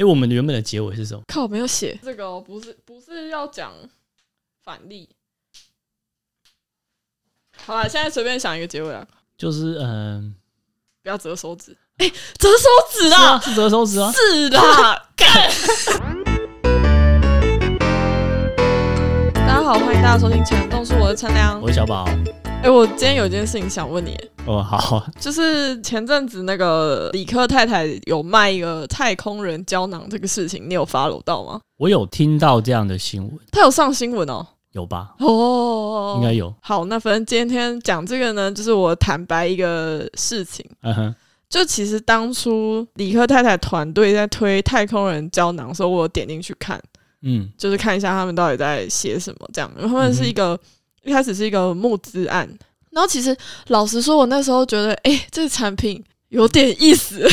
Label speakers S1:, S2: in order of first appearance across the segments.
S1: 哎、我们原本的结尾是什么？
S2: 靠，没有写，
S3: 这个哦、不是不是要讲反例。好啦，现在随便想一个结尾啦，
S1: 就是嗯，
S3: 不要折手指。
S2: 折手指
S1: 是啊，
S2: 啦，
S1: 是折手指啊。
S2: 是啦，干！
S3: 大家好，欢迎大家收听《全动是我的陈良》
S1: 我。是小宝。
S3: 哎、我今天有一件事情想问你，
S1: 哦，好，
S3: 就是前阵子那个理科太太有卖一个太空人胶囊这个事情，你有 follow 到吗？
S1: 我有听到这样的新闻，
S3: 她有上新闻哦。
S1: 有吧？
S3: 哦，
S1: 应该有。
S3: 好，那反正今天讲这个呢，就是我坦白一个事情，
S1: 嗯哼，
S3: 就其实当初理科太太团队在推太空人胶囊的时候，我有点进去看，
S1: 嗯
S3: 就是看一下他们到底在写什么这样。然后他们是一个、一开始是一个募资案，然后其实老实说，我那时候觉得，哎、这个产品有点意思。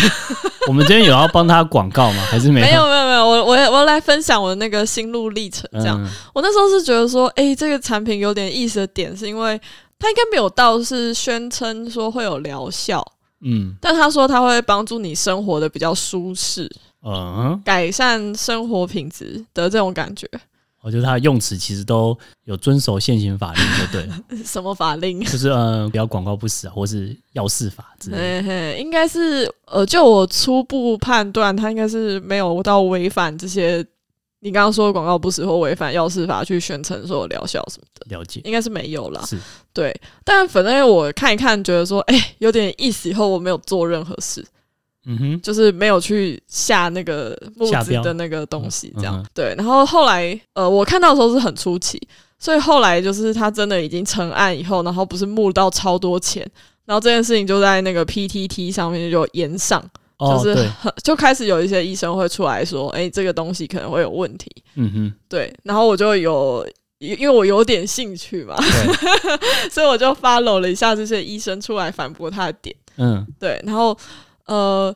S1: 我们今天有要帮他广告 吗？还是没有？
S3: 没有没有没有，我我我来分享我的那个心路历程这样。
S1: 嗯，
S3: 我那时候是觉得说，诶，这个产品有点意思的点，是因为它应该没有到是宣称说会有疗效，
S1: 嗯
S3: 但他说它会帮助你生活的比较舒适，
S1: 嗯，
S3: 改善生活品质的这种感觉。
S1: 我觉得他的用词其实都有遵守现行法律，就对 了，
S3: 什么法令？
S1: 就是呃，不要广告不实啊，或 是要事法之类的。
S3: 嘿嘿，应该是呃，就我初步判断，它应该是没有到违反这些你刚刚说的广告不实或违反药事法去宣称说有疗效什么的，
S1: 了解，
S3: 应该是没有啦。
S1: 是
S3: 对，但反正我看一看，觉得说，哎、有点意思。以后我没有做任何事，
S1: 嗯哼，
S3: 就是没有去下那个木
S1: 下
S3: 子
S1: 标
S3: 的那个东西，这样、
S1: 嗯嗯
S3: 对。然后后来，呃，我看到的时候是很出奇，所以后来就是他真的已经成案以后，然后不是募到超多钱，然后这件事情就在那个 PTT 上面就延上，
S1: 哦，
S3: 就是
S1: 对，
S3: 很就开始有一些医生会出来说，哎、这个东西可能会有问题，
S1: 嗯哼，
S3: 对。然后我就有。因因为我有点兴趣嘛，
S1: 对，
S3: 所以我就 follow 了一下这些医生出来反驳他的点。
S1: 嗯
S3: 对，然后呃，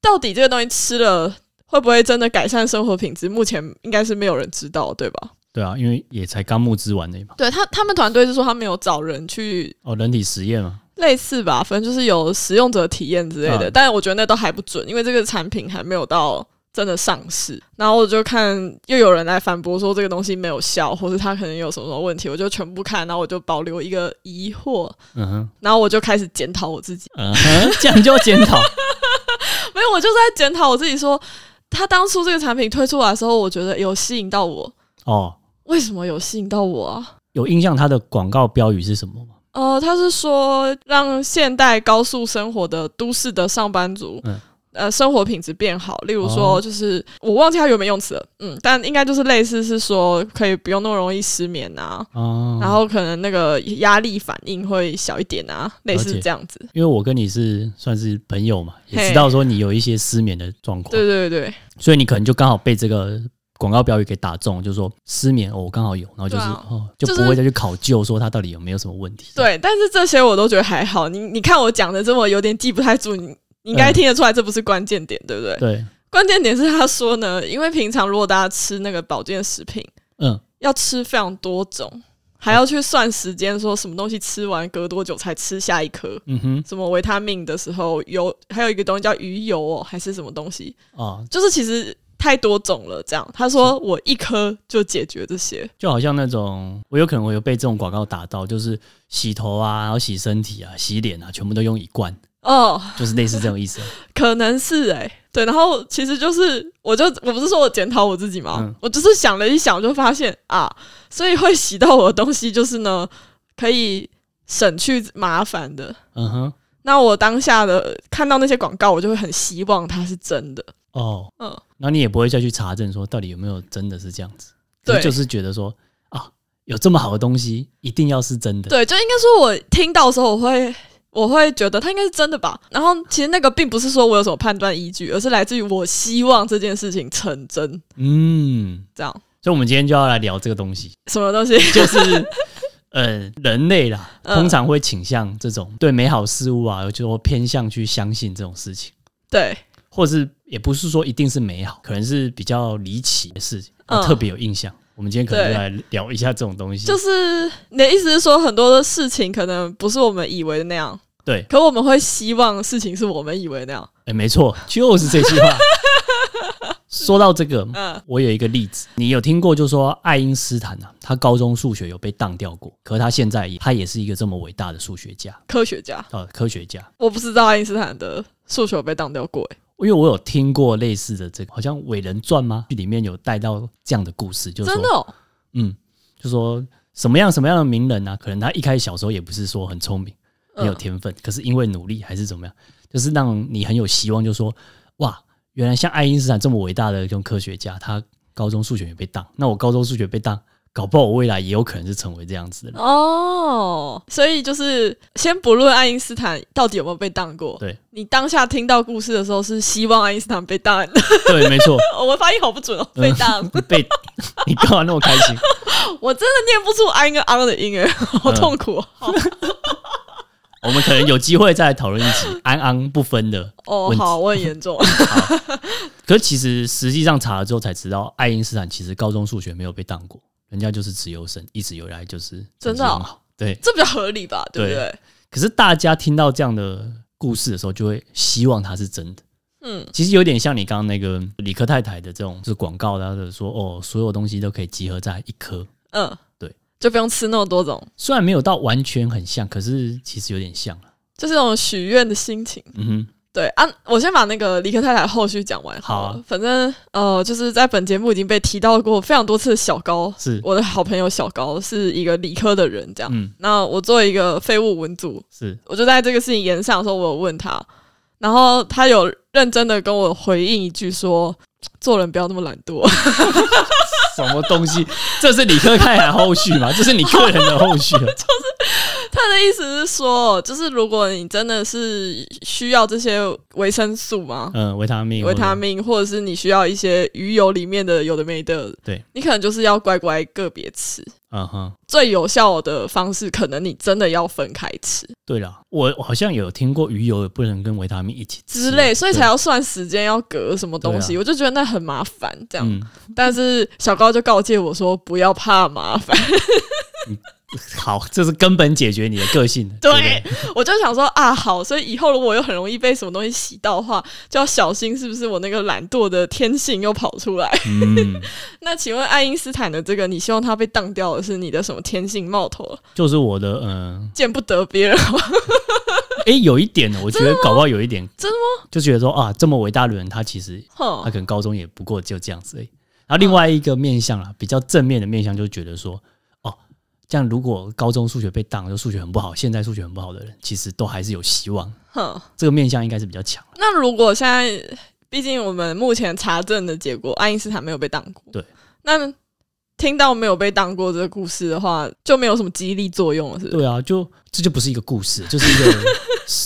S3: 到底这个东西吃了会不会真的改善生活品质？目前应该是没有人知道，对吧？
S1: 对啊，因为也才刚募资完而已嘛。
S3: 对他，他们团队是说他们有找人去
S1: 哦，人体实验嘛，
S3: 类似吧，反正就是有使用者体验之类的，
S1: 嗯
S3: 但是我觉得那都还不准，因为这个产品还没有到。真的上市，然后我就看又有人来反驳说这个东西没有效，或是它可能有什么什么问题，我就全部看，然后我就保留一个疑惑，
S1: 嗯哼，
S3: 然后我就开始检讨我自己。
S1: 嗯哼，这样就要检讨。
S3: 没有，我就是在检讨我自己说他当初这个产品推出来的时候，我觉得有吸引到我，
S1: 哦，
S3: 为什么有吸引到我啊？
S1: 有印象它的广告标语是什么吗？
S3: 呃，他是说让现代高速生活的都市的上班族，
S1: 嗯
S3: 呃，生活品质变好。例如说，
S1: 哦
S3: 就是、我忘记他原本用词了，嗯，但应该就是类似是说可以不用那么容易失眠啊，
S1: 哦，
S3: 然后可能那个压力反应会小一点啊，类似
S1: 了解
S3: 这样子。
S1: 因为我跟你是算是朋友嘛，也
S3: 嘿
S1: 知道说你有一些失眠的状况
S3: 对，对对，
S1: 所以你可能就刚好被这个广告标语给打中，就说失眠哦，我刚好有，然后就是、
S3: 对啊
S1: 哦，就
S3: 就是
S1: 不会再去考究说它到底有没有什么问题。，
S3: 对，但是这些我都觉得还好。你你看我讲的这么有点记不太住，你你应该
S1: 嗯
S3: 听得出来这不是关键点，对不对？
S1: 对，
S3: 关键点是他说呢，因为平常如果大家吃那个保健食品，
S1: 嗯，
S3: 要吃非常多种，还要去算时间，说什么东西吃完隔多久才吃下一颗。
S1: 嗯哼，
S3: 什么维他命的时候油，还有一个东西叫鱼油哦，还是什么东西？
S1: 哦，
S3: 就是其实太多种了。这样，他说我一颗就解决这些，
S1: 就好像那种我有可能我有被这种广告打到，就是洗头啊，然后洗身体啊，洗脸啊，全部都用一罐，
S3: 哦，
S1: 就是类似这种意思啊。
S3: 可能是哎、对，然后其实就是，我就我不是说我检讨我自己嘛，
S1: 嗯
S3: 我就是想了一想，我就发现啊，所以会洗到我的东西就是呢，可以省去麻烦的。
S1: 嗯哼，
S3: 那我当下的看到那些广告，我就会很希望它是真的。
S1: 哦，
S3: 嗯，
S1: 然后你也不会再去查证说到底有没有真的是这样子，可是
S3: 对
S1: 就是觉得说啊，有这么好的东西，一定要是真的。
S3: 对，就应该说我听到的时候，我会我会觉得它应该是真的吧。然后其实那个并不是说我有什么判断依据，而是来自于我希望这件事情成真。
S1: 嗯，
S3: 这样
S1: 所以我们今天就要来聊这个东西，
S3: 什么东西？
S1: 就是。呃，人类啦，
S3: 嗯
S1: 通常会倾向这种对美好事物啊，就说偏向去相信这种事情，
S3: 对，
S1: 或是也不是说一定是美好，可能是比较离奇的事情，啊
S3: 嗯
S1: 特别有印象。我们今天可能
S3: 对
S1: 就来聊一下这种东西，
S3: 就是你的意思是说，很多的事情可能不是我们以为的那样，
S1: 对，
S3: 可我们会希望事情是我们以为那样。
S1: 哎、没错，就是这句话。说到这个，
S3: 嗯，
S1: 我有一个例子，你有听过？就说爱因斯坦啊，他高中数学有被当掉过，可他现在也他也是一个这么伟大的数学家，
S3: 科学家，
S1: 呃，科学家。
S3: 我不知道爱因斯坦的数学有被当掉过、欸，
S1: 因为我有听过类似的这个，好像《伟人传》吗？里面有带到这样的故事，就是
S3: 真
S1: 说
S3: 的、哦，
S1: 嗯，就说什么样什么样的名人呢、啊可能他一开始小时候也不是说很聪明、很有
S3: 嗯
S1: 天分，可是因为努力还是怎么样，就是让你很有希望，就说哇，原来像爱因斯坦这么伟大的这种科学家，他高中数学也被当，那我高中数学被当，搞不好我未来也有可能是成为这样子的人。
S3: 哦，所以就是先不论爱因斯坦到底有没有被当过，
S1: 对
S3: 你当下听到故事的时候是希望爱因斯坦被当，
S1: 对，没错，
S3: 我发音好不准哦，
S1: 嗯
S3: 被当，
S1: 被你干嘛那么开心？
S3: 我真的念不出 i 跟 r 的音哎，好
S1: 嗯
S3: 痛苦 哦
S1: 我们可能有机会再来讨论一集安安不分的。
S3: 哦。
S1: 问题
S3: 好，我很严重，
S1: 可是其实实际上查了之后才知道，爱因斯坦其实高中数学没有被当过，人家就是直优生，一直以来就是成
S3: 真
S1: 绩
S3: 的哦
S1: 很好。对，
S3: 这比较合理吧？对不
S1: 对
S3: 对？
S1: 可是大家听到这样的故事的时候，就会希望它是真的。
S3: 嗯，
S1: 其实有点像你刚刚那个理科太太的这种，就是广告，它的说哦，所有东西都可以集合在一颗。
S3: 嗯，
S1: 对，
S3: 就不用吃那么多种，
S1: 虽然没有到完全很像，可是其实有点像了。
S3: 就是那种许愿的心情。
S1: 嗯 哼，
S3: 对啊，我先把那个李克太太后续讲完了
S1: 好啊
S3: 反正呃，就是在本节目已经被提到过非常多次的小高，
S1: 是，
S3: 我的好朋友小高是一个理科的人，这样。
S1: 嗯，
S3: 那我作为一个废物文组，
S1: 是，
S3: 我就在这个事情延上的时候，我有问他，然后他有认真的跟我回应一句说：“做人不要那么懒 惰。
S1: 什么东西？这是理科太太后续吗？这是你个人的后续啊 了。”
S3: 他的意思是说，就是如果你真的是需要这些维生素嘛，
S1: 嗯，维他命，
S3: 维他，命，或者是你需要一些鱼油里面的有的没的，
S1: 对
S3: 你可能就是要乖乖个别吃。
S1: 嗯哼。
S3: 最有效的方式，可能你真的要分开吃
S1: 对了，我我好像有听过鱼油也不能跟维他命一起吃
S3: 之类，所以才
S1: 对
S3: 要算时间，要隔什么东西，
S1: 对啊
S3: 我就觉得那很麻烦。这样，
S1: 嗯，
S3: 但是小高就告诫我说，不要怕麻烦。
S1: 好，这是根本解决你的个性的。
S3: 对
S1: 对不对，
S3: 我就想说啊，好，所以以后如果我又很容易被什么东西洗到的话，就要小心，是不是我那个懒惰的天性又跑出来？
S1: 嗯，
S3: 那请问爱因斯坦的这个，你希望他被当掉的是你的什么天性冒头了？
S1: 就是我的嗯，
S3: 见不得 别人，
S1: 诶，有一 点，我觉得搞不好有一点，
S3: 真的哦
S1: 吗？就觉得说啊，这么伟大的人，他其实他
S3: 哼
S1: 可，能高中也不过就这样子而已。然后另外一个面向啦，比较正面的面向，就觉得说，哦，这样如果高中数学被当，就数学很不好，现在数学很不好的人，其实都还是有希望。
S3: 哼。
S1: 这个面向应该是比较强。
S3: 那如果现在，毕竟我们目前查证的结果，爱因斯坦没有被当过。
S1: 对，
S3: 那听到没有被当过这个故事的话，就没有什么激励作用了，是不是？
S1: 对啊，就这就不是一个故事，就是一个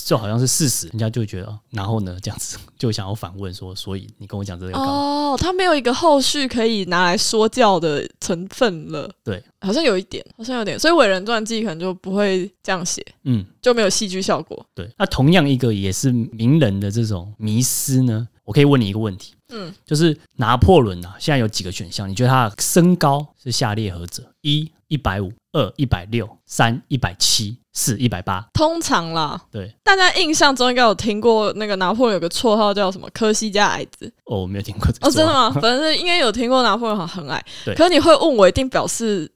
S1: 就好像是事实，人家就会觉得，哦然后呢这样子就想要反问说，所以你跟我讲这个干嘛？
S3: 哦，他没有一个后续可以拿来说教的成分了。
S1: 对，
S3: 好像有一点，好像有点，所以伟人传记可能就不会这样写，
S1: 嗯，
S3: 就没有戏剧效果。
S1: 对。那同样一个也是名人的这种迷失呢，我可以问你一个问题，
S3: 嗯，
S1: 就是拿破仑啊，现在有几个选项？你觉得他的身高是下列何者？一一百五，二一百六，三一百七，四一百八。
S3: 通常啦，
S1: 对，
S3: 大家印象中应该有听过那个拿破仑有个绰号叫什么“科西嘉矮子”，
S1: 哦，我没有听过这个
S3: 哦，真
S1: 说
S3: 的
S1: 法？
S3: 吗？反正应该有听过拿破仑好像很矮
S1: 对，
S3: 可是你会问我，一定表示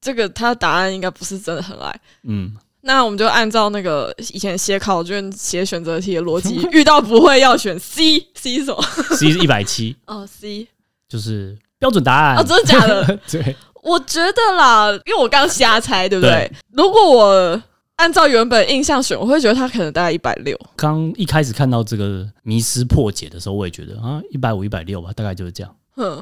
S3: 这个他的答案应该不是真的很矮。
S1: 嗯，
S3: 那我们就按照那个以前写考卷写选择题的 逻辑，遇到不会要选 C，C 是什么？
S1: 其实一百七
S3: 哦，C
S1: 就是标准答案。
S3: 哦，真的 假的？
S1: 对，
S3: 我觉得啦，因为我刚刚瞎猜，对不对？
S1: 对
S3: 如果我按照原本印象选，我会觉得他可能大概一百六。
S1: 刚一开始看到这个迷失破解的时候，我也觉得啊，一百五、一百六吧，大概就是这样。
S3: 哼，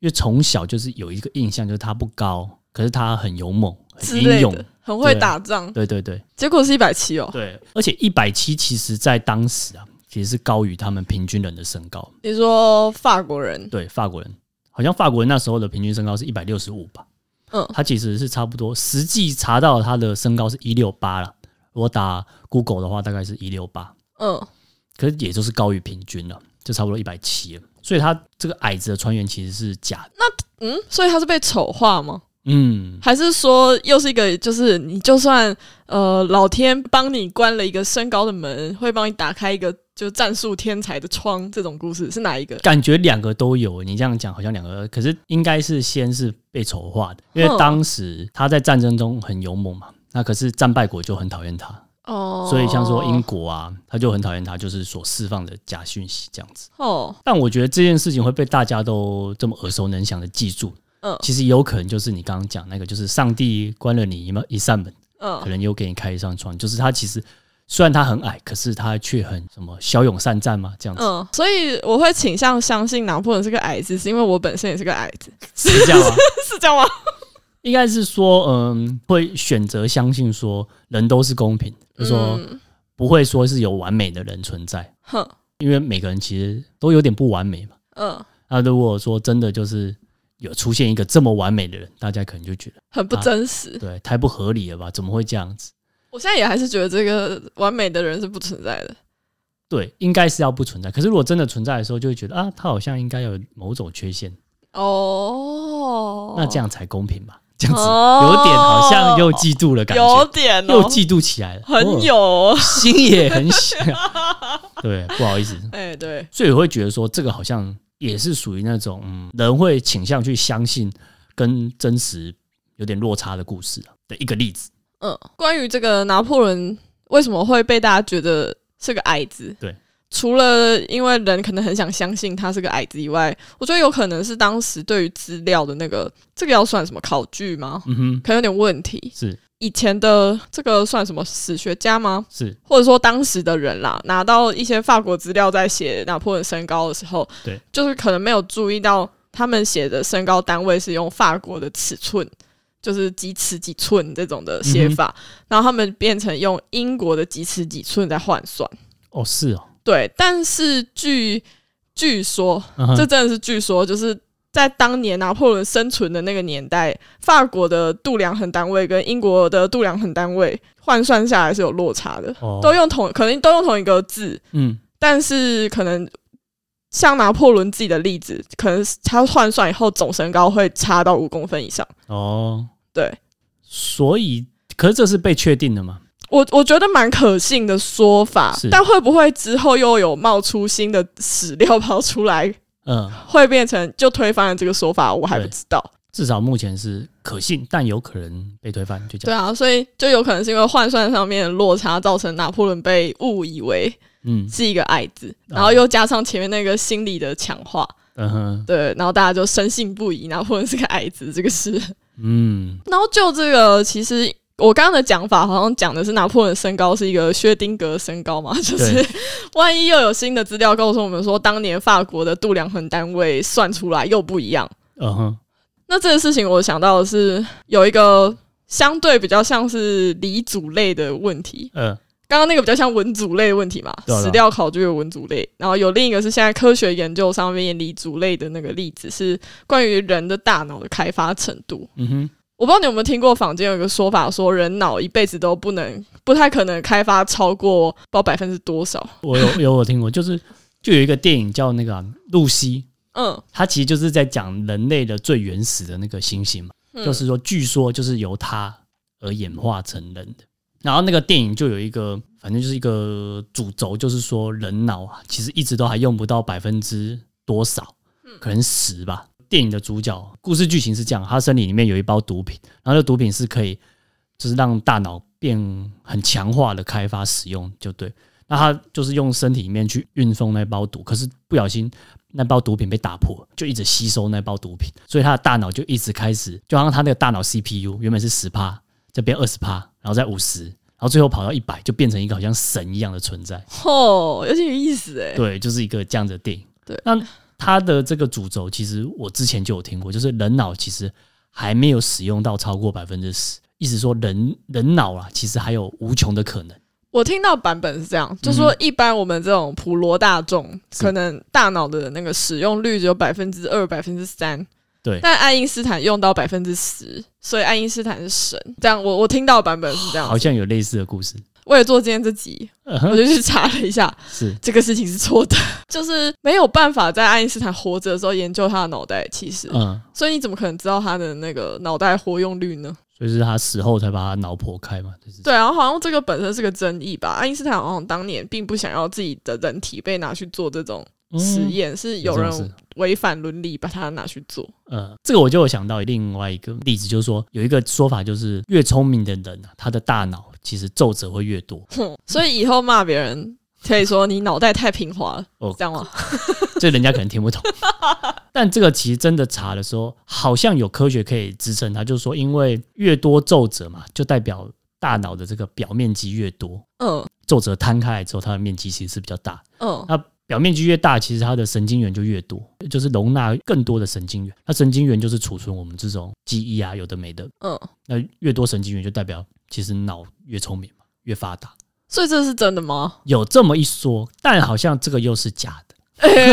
S1: 因为从小就是有一个印象，就是他不高，可是他很勇猛、
S3: 之
S1: 很英
S3: 类
S1: 勇。
S3: 的，很会
S1: 对
S3: 打仗，
S1: 对啊对对
S3: 结果是一百七哦。
S1: 对，而且一百七其实在当时啊，其实是高于他们平均人的身高。
S3: 你说法国人，
S1: 对，法国人好像法国人那时候的平均身高是一百六十五吧，
S3: 嗯
S1: 他其实是差不多，实际查到他的身高是一六八了。如果打 Google 的话，大概是一六八。
S3: 嗯，
S1: 可是也就是高于平均了，就差不多一百七了。所以他这个矮子的穿员其实是假的。
S3: 嗯，所以他是被丑化吗？
S1: 嗯，
S3: 还是说又是一个就是你就算呃老天帮你关了一个身高的门，会帮你打开一个就战术天才的窗这种故事是哪一个？
S1: 感觉两个都有，你这样讲好像两个，可是应该是先是被丑化的，因为
S3: 哼
S1: 当时他在战争中很勇猛嘛，那可是战败国就很讨厌他，
S3: 哦
S1: 所以像说英国啊，他就很讨厌他，就是所释放的假讯息这样子。
S3: 哦，
S1: 但我觉得这件事情会被大家都这么耳熟能详的记住，
S3: 嗯
S1: 其实有可能就是你刚刚讲那个，就是上帝关了你一门一扇门，可
S3: 嗯，
S1: 能又给你开一扇窗，就是他其实虽然他很矮，可是他却很什么骁勇善战嘛，这样子、
S3: 嗯，所以我会倾向相信拿破仑是个矮子，是因为我本身也是个矮子，
S1: 是这样吗？
S3: 是这样吗？
S1: 应该是说，嗯，会选择相信说人都是公平的，就说
S3: 嗯
S1: 不会说是有完美的人存在，
S3: 哼，
S1: 因为每个人其实都有点不完美嘛。
S3: 嗯，
S1: 那如果说真的就是有出现一个这么完美的人，大家可能就觉得
S3: 很不
S1: 啊
S3: 真实。
S1: 对，太不合理了吧？怎么会这样子？
S3: 我现在也还是觉得这个完美的人是不存在的。
S1: 对，应该是要不存在。可是如果真的存在的时候，就会觉得啊，他好像应该有某种缺陷，
S3: 哦，
S1: 那这样才公平吧？这样子
S3: 哦
S1: 有点好像又嫉妒的感
S3: 有
S1: 觉，
S3: 点
S1: 又
S3: 哦，
S1: 嫉妒起来了，
S3: 很有哦，
S1: 哦心也很 小。对，不好意思，
S3: 哎，对，
S1: 所以我会觉得说，这个好像也是属于那种、嗯、人会倾向去相信跟真实有点落差的故事啊的一个例子。
S3: 嗯，关于这个拿破仑为什么会被大家觉得是个矮子？
S1: 对。
S3: 除了因为人可能很想相信他是个矮子以外，我觉得有可能是当时对于资料的那个这个要算什么考据吗？
S1: 嗯哼，
S3: 可能有点问题。
S1: 是
S3: 以前的这个算什么史学家吗？
S1: 是，
S3: 或者说当时的人啦，拿到一些法国资料在写拿破仑身高的时候，
S1: 对，
S3: 就是可能没有注意到他们写的身高单位是用法国的尺寸，就是几尺几寸这种的写
S1: 嗯
S3: 法，然后他们变成用英国的几尺几寸在换算。
S1: 哦是哦，
S3: 对，但是据据说，
S1: 嗯哼
S3: 这真的是据说，就是在当年拿破仑生存的那个年代，法国的度量衡单位跟英国的度量衡单位换算下来是有落差的，
S1: 哦
S3: 都用同可能都用同一个字，
S1: 嗯
S3: 但是可能像拿破仑自己的例子，可能他换算以后总身高会差到五公分以上。
S1: 哦，
S3: 对
S1: 所以可是这是被确定的嘛？
S3: 我，我觉得蛮可信的说法
S1: 是，
S3: 但会不会之后又有冒出新的史料跑出来，
S1: 嗯、
S3: 会变成就推翻了这个说法，我还不
S1: 对
S3: 知道。
S1: 至少目前是可信，但有可能被推翻，就这
S3: 对
S1: 样。
S3: 啊，所以就有可能是因为换算上面的落差，造成拿破仑被误以为
S1: 嗯
S3: 是一个矮子，然后又加上前面那个心理的强化，
S1: 嗯哼
S3: 对，然后大家就深信不疑，拿破仑是 个矮子这个事。
S1: 嗯，
S3: 然后就这个，其实我刚刚的讲法好像讲的是拿破仑身高是一个薛丁格身高嘛，就是
S1: 对
S3: 万一又有新的资料告诉我们说，当年法国的度量衡单位算出来又不一样。
S1: 嗯哼，
S3: 那这个事情我想到的是有一个相对比较像是理组类的问题，
S1: 呃，
S3: 刚刚那个比较像文组类的问题嘛，
S1: 对啊
S3: 史料考据的文组类，然后有另一个是现在科学研究上面理组类的那个例子，是关于人的大脑的开发程度。
S1: 嗯哼，
S3: 我不知道你有没有听过坊间有一个说法，说人脑一辈子都不能、不太可能开发超过不知道百分之多少。
S1: 我有 有我听过，就是就有一个电影叫那个啊、露西，
S3: 嗯，
S1: 它其实就是在讲人类的最原始的那个猩猩嘛，
S3: 嗯
S1: 就是说，据说就是由它而演化成人的。然后那个电影就有一个，反正就是一个主轴，就是说人脑啊，其实一直都还用不到百分之多少，可能十吧。电影的主角故事剧情是这样，他身体里面有一包毒品，然后这毒品是可以就是让大脑变很强化的开发使用，就对。那他就是用身体里面去运送那包毒，可是不小心那包毒品被打破，就一直吸收那包毒品，所以他的大脑就一直开始，就好像他那个大脑 CPU 原本是十趴，这边二十趴，然后再五十，然后最后跑到一百，就变成一个好像神一样的存在。
S3: 哦，有点有意思哎、
S1: 对，就是一个这样子的电影。
S3: 对
S1: 那它的这个主轴，其实我之前就有听过，就是人脑其实还没有使用到超过百分之十，意思说人人脑啊，其实还有无穷的可能。
S3: 我听到版本是这样，就说一般我们这种普罗大众，
S1: 嗯是
S3: 可能大脑的那个使用率只有百分之二、百分之三。
S1: 对
S3: 但爱因斯坦用到百分之十，所以爱因斯坦是神。这样，我我听到的版本是这样。
S1: 好像有类似的故事，
S3: 为了做今天这集，
S1: 嗯
S3: 我
S1: 哼，
S3: 就去查了一下，
S1: 是
S3: 这个事情是错的， 就是没有办法在爱因斯坦活着的时候研究他的脑袋。其实，
S1: 嗯。
S3: 所以你怎么可能知道他的那个脑袋活用率呢？
S1: 所以是他死后才把他脑剖开嘛，就是
S3: 对，然后好像这个本身是个争议吧。爱因斯坦好像当年并不想要自己的人体被拿去做这种
S1: 嗯
S3: 实验，是有
S1: 这种
S3: 人
S1: 事
S3: 违反伦理把它拿去 做。
S1: 呃，这个我就有想到另外一个例子，就是说有一个说法，就是越聪明的人啊，他的大脑其实皱褶会越多。
S3: 哼，所以以后骂别人可以说你脑袋太平滑了，
S1: 哦
S3: 这样吗？
S1: 这人家可能听不懂。但这个其实真的查的时候，好像有科学可以支撑它，就是说，因为越多皱褶嘛，就代表大脑的这个表面积越多，
S3: 嗯
S1: 皱褶摊开来之后，它的面积其实是比较大。
S3: 嗯
S1: 那表面积越大，其实它的神经元就越多，就是容纳更多的神经元。那神经元就是储存我们这种记忆啊，有的没的。
S3: 嗯，
S1: 那越多神经元，就代表其实脑越聪明嘛，越发达。
S3: 所以这是真的 吗？
S1: 有这么一说，但好像这个又是假的。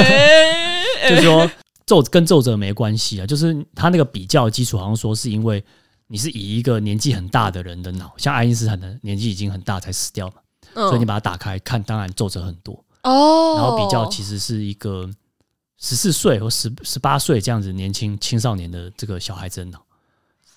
S3: 哎
S1: 就是说皱跟皱褶没关系啊，就是他那个比较基础好像说是因为你是以一个年纪很大的人的脑，像爱因斯坦的年纪已经很大才死掉嘛，所以你
S3: 嗯
S1: 把它打开看，当然皱褶很多。
S3: 哦，
S1: 然后比较其实是一个十四岁或十十八岁这样子年轻青少年的这个小孩子的脑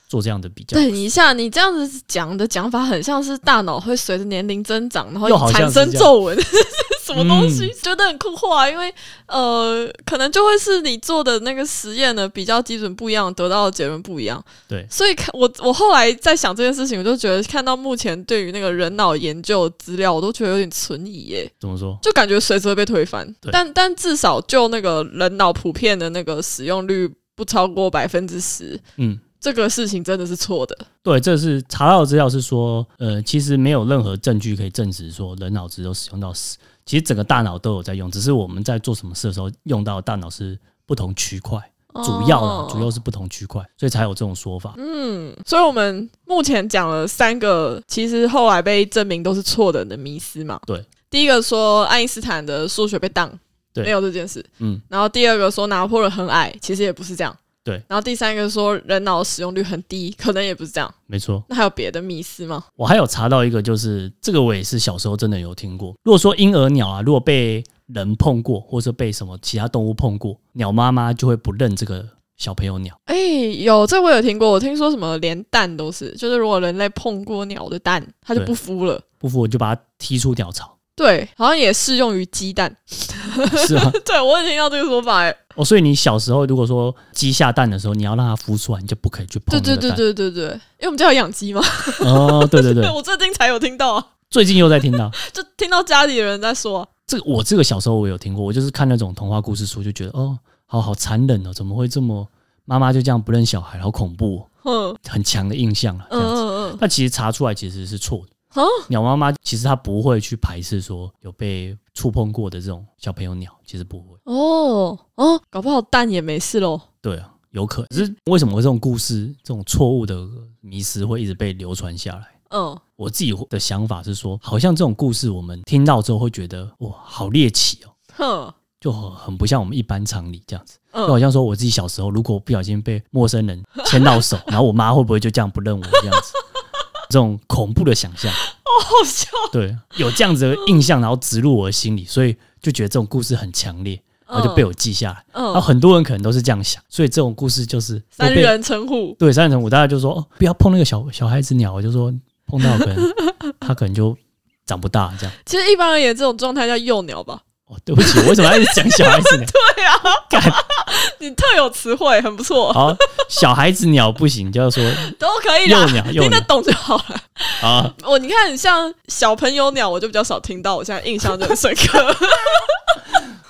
S1: 做这样的比较，
S3: 等一下，你这样子讲的讲法很像是大脑会随着年龄增长，然
S1: 又好
S3: 后
S1: 像
S3: 产
S1: 是
S3: 生
S1: 这样
S3: 皱纹， 什么东西？
S1: 嗯
S3: 觉得很困惑啊，因为呃，可能就会是你做的那个实验的比较基准不一样，得到的结论不一样。
S1: 对
S3: 所以看我我后来在想这件事情，我就觉得看到目前对于那个人脑研究资料，我都觉得有点存疑耶、
S1: 怎么说？
S3: 就感觉随时会被推翻
S1: 对。
S3: 但但至少就那个人脑普遍的那个使用率不超过百分之十，
S1: 嗯。
S3: 这个事情真的是错的。
S1: 对，这是查到的资料是说，呃，其实没有任何证据可以证实说人脑只有使用到死，其实整个大脑都有在用，只是我们在做什么事的时候用到的大脑是不同区块，主要啦，
S3: 哦
S1: 主要是不同区块，所以才有这种说法。
S3: 嗯，所以我们目前讲了三个，其实后来被证明都是错的的迷思嘛。
S1: 对，
S3: 第一个说爱因斯坦的数学被当，
S1: 对
S3: 没有这件事。
S1: 嗯，
S3: 然后第二个说拿破仑很矮，其实也不是这样。
S1: 对
S3: 然后第三个说人脑使用率很低，可能也不是这样。
S1: 没错。
S3: 那还有别的迷思吗？
S1: 我还有查到一个，就是这个我也是小时候真的有听过。如果说婴儿鸟啊，如果被人碰过，或者被什么其他动物碰过，鸟妈妈就会不认这个小朋友鸟。
S3: 哎、有这我有听过，我听说什么连蛋都是，就是如果人类碰过鸟的蛋，它就
S1: 对
S3: 不孵了。
S1: 不服我就把它踢出鸟巢，
S3: 对，好像也适用于鸡蛋。
S1: 是吗？
S3: 对我也听到这个说法、哎，
S1: 哦，所以你小时候如果说鸡下蛋的时候，你要让它孵出来，你就不可以去碰
S3: 对
S1: 那
S3: 对
S1: 个
S3: 哎对
S1: 蛋。
S3: 对对对，因为我们家有养鸡嘛。，
S1: 对哦，对对对
S3: 我最近才有听到啊，
S1: 最近又在听到
S3: 就听到家里人在说啊，
S1: 这个，我这个小时候我有听过，我就是看那种童话故事书，就觉得哦，好好残忍哦，怎么会这么妈妈就这样不认小孩，好恐怖、哦，
S3: 嗯
S1: 很强的印象了。啊这
S3: 嗯
S1: 样子，
S3: 嗯嗯，
S1: 那、其实查出来其实是错的。
S3: 啊
S1: 鸟妈妈其实她不会去排斥说有被触碰过的这种小朋友鸟，其实不会。
S3: 哦哦，搞不好蛋也没事喽。
S1: 对啊，有可能。只是为什么这种故事、这种错误的迷失会一直被流传下来？
S3: 嗯，
S1: 我自己的想法是说，好像这种故事我们听到之后会觉得哇，好猎奇哦，
S3: 哼，
S1: 就很很不像我们一般常理这样子。就好
S3: 嗯，
S1: 像说我自己小时候，如果不小心被陌生人牵到手，然后我妈会不会就这样不认我这样子？这种恐怖的 想象，
S3: 好笑。
S1: 对，有这样子的印象，然后植入我的心里，所以就觉得这种故事很强烈，然后就被我记下来。然后
S3: 嗯，
S1: 很多人可能都是这样想，所以这种故事就是
S3: 三
S1: 都被
S3: 人成虎。
S1: 对，三人成虎，大家就说、哦、不要碰那个小小孩子鸟，我就说碰到可能它可能就长不大这样。
S3: 其实一般而言，这种状态叫幼鸟吧？
S1: 哦，对不起，我为什么要一直讲小孩子鸟？
S3: 对啊， 你特有词汇，很不错，
S1: 好，小孩子鸟不行，就要说
S3: 都可以
S1: 幼
S3: 啦，
S1: 鸟，幼
S3: 听得
S1: 鸟
S3: 懂就好了。
S1: 啊，
S3: 我你看，像小朋友鸟，我就比较少听到，我现在印象就很深刻。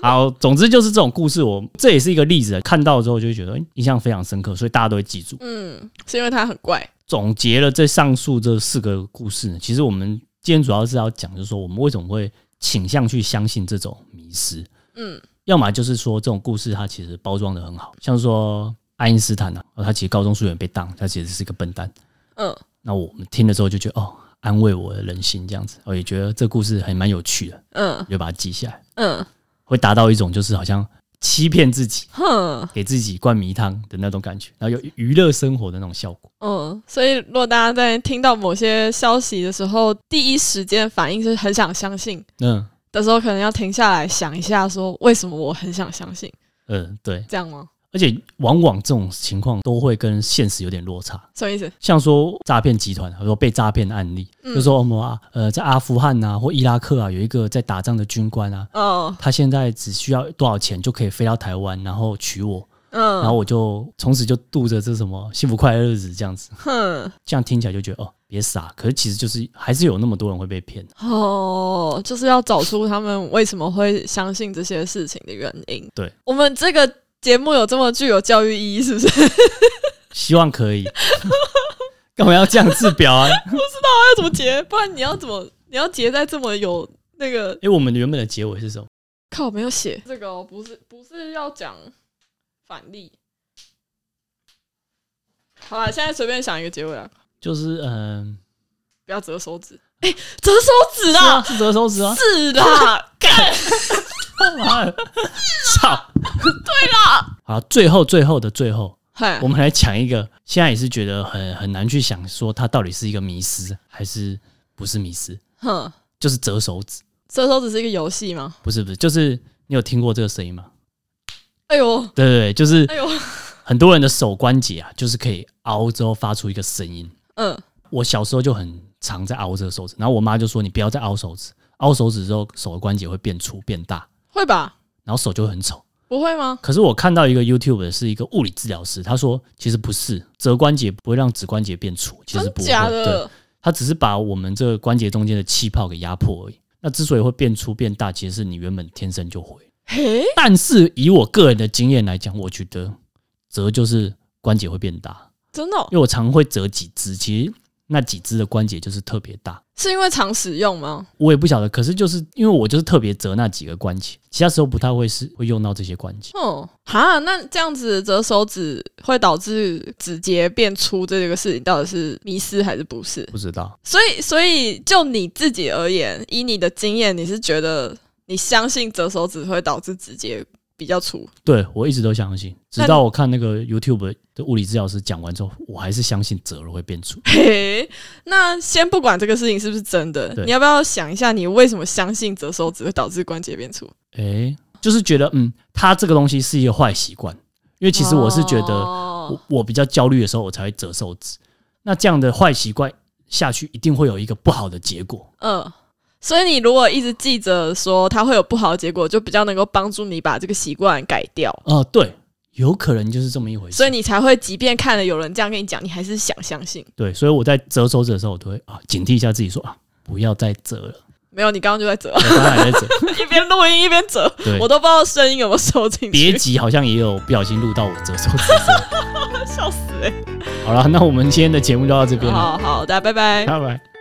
S1: 好，总之就是这种故事，我这也是一个例子，看到之后就会觉得诶印象非常深刻，所以大家都会记住。
S3: 嗯，是因为它很怪。
S1: 总结了这上述这四个故事呢，其实我们今天主要是要讲，就是说我们为什么会倾向去相信这种迷失，
S3: 嗯
S1: 要么就是说这种故事它其实包装的很好，像说爱因斯坦啊，哦他其实高中数学被当，他其实是一个笨蛋。
S3: 嗯
S1: 那我们听了之后就觉得哦，安慰我的人心这样子，哦我也觉得这故事还蛮有趣的，
S3: 嗯
S1: 就把它记下来，
S3: 嗯，
S1: 会达到一种就是好像欺骗自己。
S3: 哼。
S1: 给自己灌迷汤的那种感觉，然后有娱乐生活的那种效果。
S3: 嗯，所以如果大家在听到某些消息的时候，第一时间反应是很想相信
S1: 嗯
S3: 的时候，可能要停下来想一下，说为什么我很想相信，
S1: 嗯，对。
S3: 这样吗？
S1: 而且往往这种情况都会跟现实有点落差。
S3: 什么意思？
S1: 像说诈骗集团，或者说被诈骗的案例，
S3: 嗯
S1: 就说我们啊，呃，在阿富汗啊或伊拉克啊，有一个在打仗的军官啊，
S3: 哦，
S1: 他现在只需要多少钱就可以飞到台湾，然后娶我，
S3: 嗯，
S1: 然后我就从此就度着这什么幸福快乐日子这样子。
S3: 哼，
S1: 这样听起来就觉得哦，别傻，可是其实就是还是有那么多人会被骗。
S3: 哦，就是要找出他们为什么会相信这些事情的原因。
S1: 对，
S3: 我们这个节目有这么具有教育意义，是不 是？
S1: 希望可以， 干嘛要这样自表啊？
S3: 要怎么结？不然你要怎么？你要结在这么有那个
S1: 哎、我们原本的结尾是什么？
S3: 靠？没有写这个、哦，不是不是要讲反例。好啦，现在随便想一个结尾啊，
S1: 就是嗯，
S3: 不要折手指。哎、折手指 啦，
S1: 是折手指啊！
S3: 是啦，干
S1: 妈的，操！对啦，好，最后最后的最后，
S3: 嗨
S1: 我，们来讲一个，现在也是觉得很很难去想说它到底是一个迷失还是不是迷失，
S3: 哼，
S1: 就是折手指，
S3: 折手指是一个游戏吗？
S1: 不是不是，就是你有听过这个声音吗？
S3: 哎呦，
S1: 对对对，就是
S3: 哎呦，
S1: 很多人的手关节啊，就是可以凹之后发出一个声音。
S3: 嗯，
S1: 我小时候就很常在凹这个手指，然后我妈就说你不要再凹手指，凹手指之后手的关节会变粗变大，
S3: 会吧？
S1: 然后手就会很丑。
S3: 不会吗？
S1: 可是我看到一个 YouTube 的是一个物理治疗师，他说其实不是折关节不会让指关节变粗，其实
S3: 真
S1: 不会，
S3: 假
S1: 对，
S3: 的？
S1: 他只是把我们这个关节中间的气泡给压迫而已。那之所以会变粗变大，其实是你原本天生就会。
S3: 嘿，
S1: 但是以我个人的经验来讲，我觉得折就是关节会变大，
S3: 真的哦、
S1: 因为我常会折几只，其实那几只的关节就是特别大。
S3: 是因为常使用吗？
S1: 我也不晓得，可是就是因为我就是特别折那几个关节，其他时候不太会是会用到这些关节。
S3: 哦，哈，那这样子折手指会导致指节变粗这个事情，到底是迷失还是不是？
S1: 不知道，
S3: 所以，所以就你自己而言，以你的经验，你是觉得你相信折手指会导致指节比较粗？
S1: 对我一直都相信，直
S3: 那
S1: 到我看那个 YouTube 的物理治疗师讲完之后，我还是相信折了会变粗。
S3: 嘿，那先不管这个事情是不是真的
S1: 对，
S3: 你要不要想一下，你为什么相信折手指会导致关节变粗？
S1: 诶、就是觉得嗯，它这个东西是一个坏习惯，因为其实我是觉得
S3: 哦
S1: 我我比较焦虑的时候，我才会折手指。那这样的坏习惯下去，一定会有一个不好的结果。
S3: 嗯，所以你如果一直记着说它会有不好的结果，就比较能够帮助你把这个习惯改掉。
S1: 哦、对，有可能就是这么一回事。
S3: 所以你才会，即便看了有人这样跟你讲，你还是想相信。
S1: 对，所以我在折手指的时候，我都会啊警惕一下自己说啊，不要再折了。
S3: 没有，你刚刚就在折
S1: 我，刚才还在折，
S3: 一边录音一边折，
S1: 对，
S3: 我都不知道声音有没有收进
S1: 别
S3: 去，
S1: 急，好像也有不小心录到我折手指的声音。
S3: 笑死哎、
S1: 好了，那我们今天的节目就到这边了，
S3: 好好，大家拜拜。
S1: 拜拜。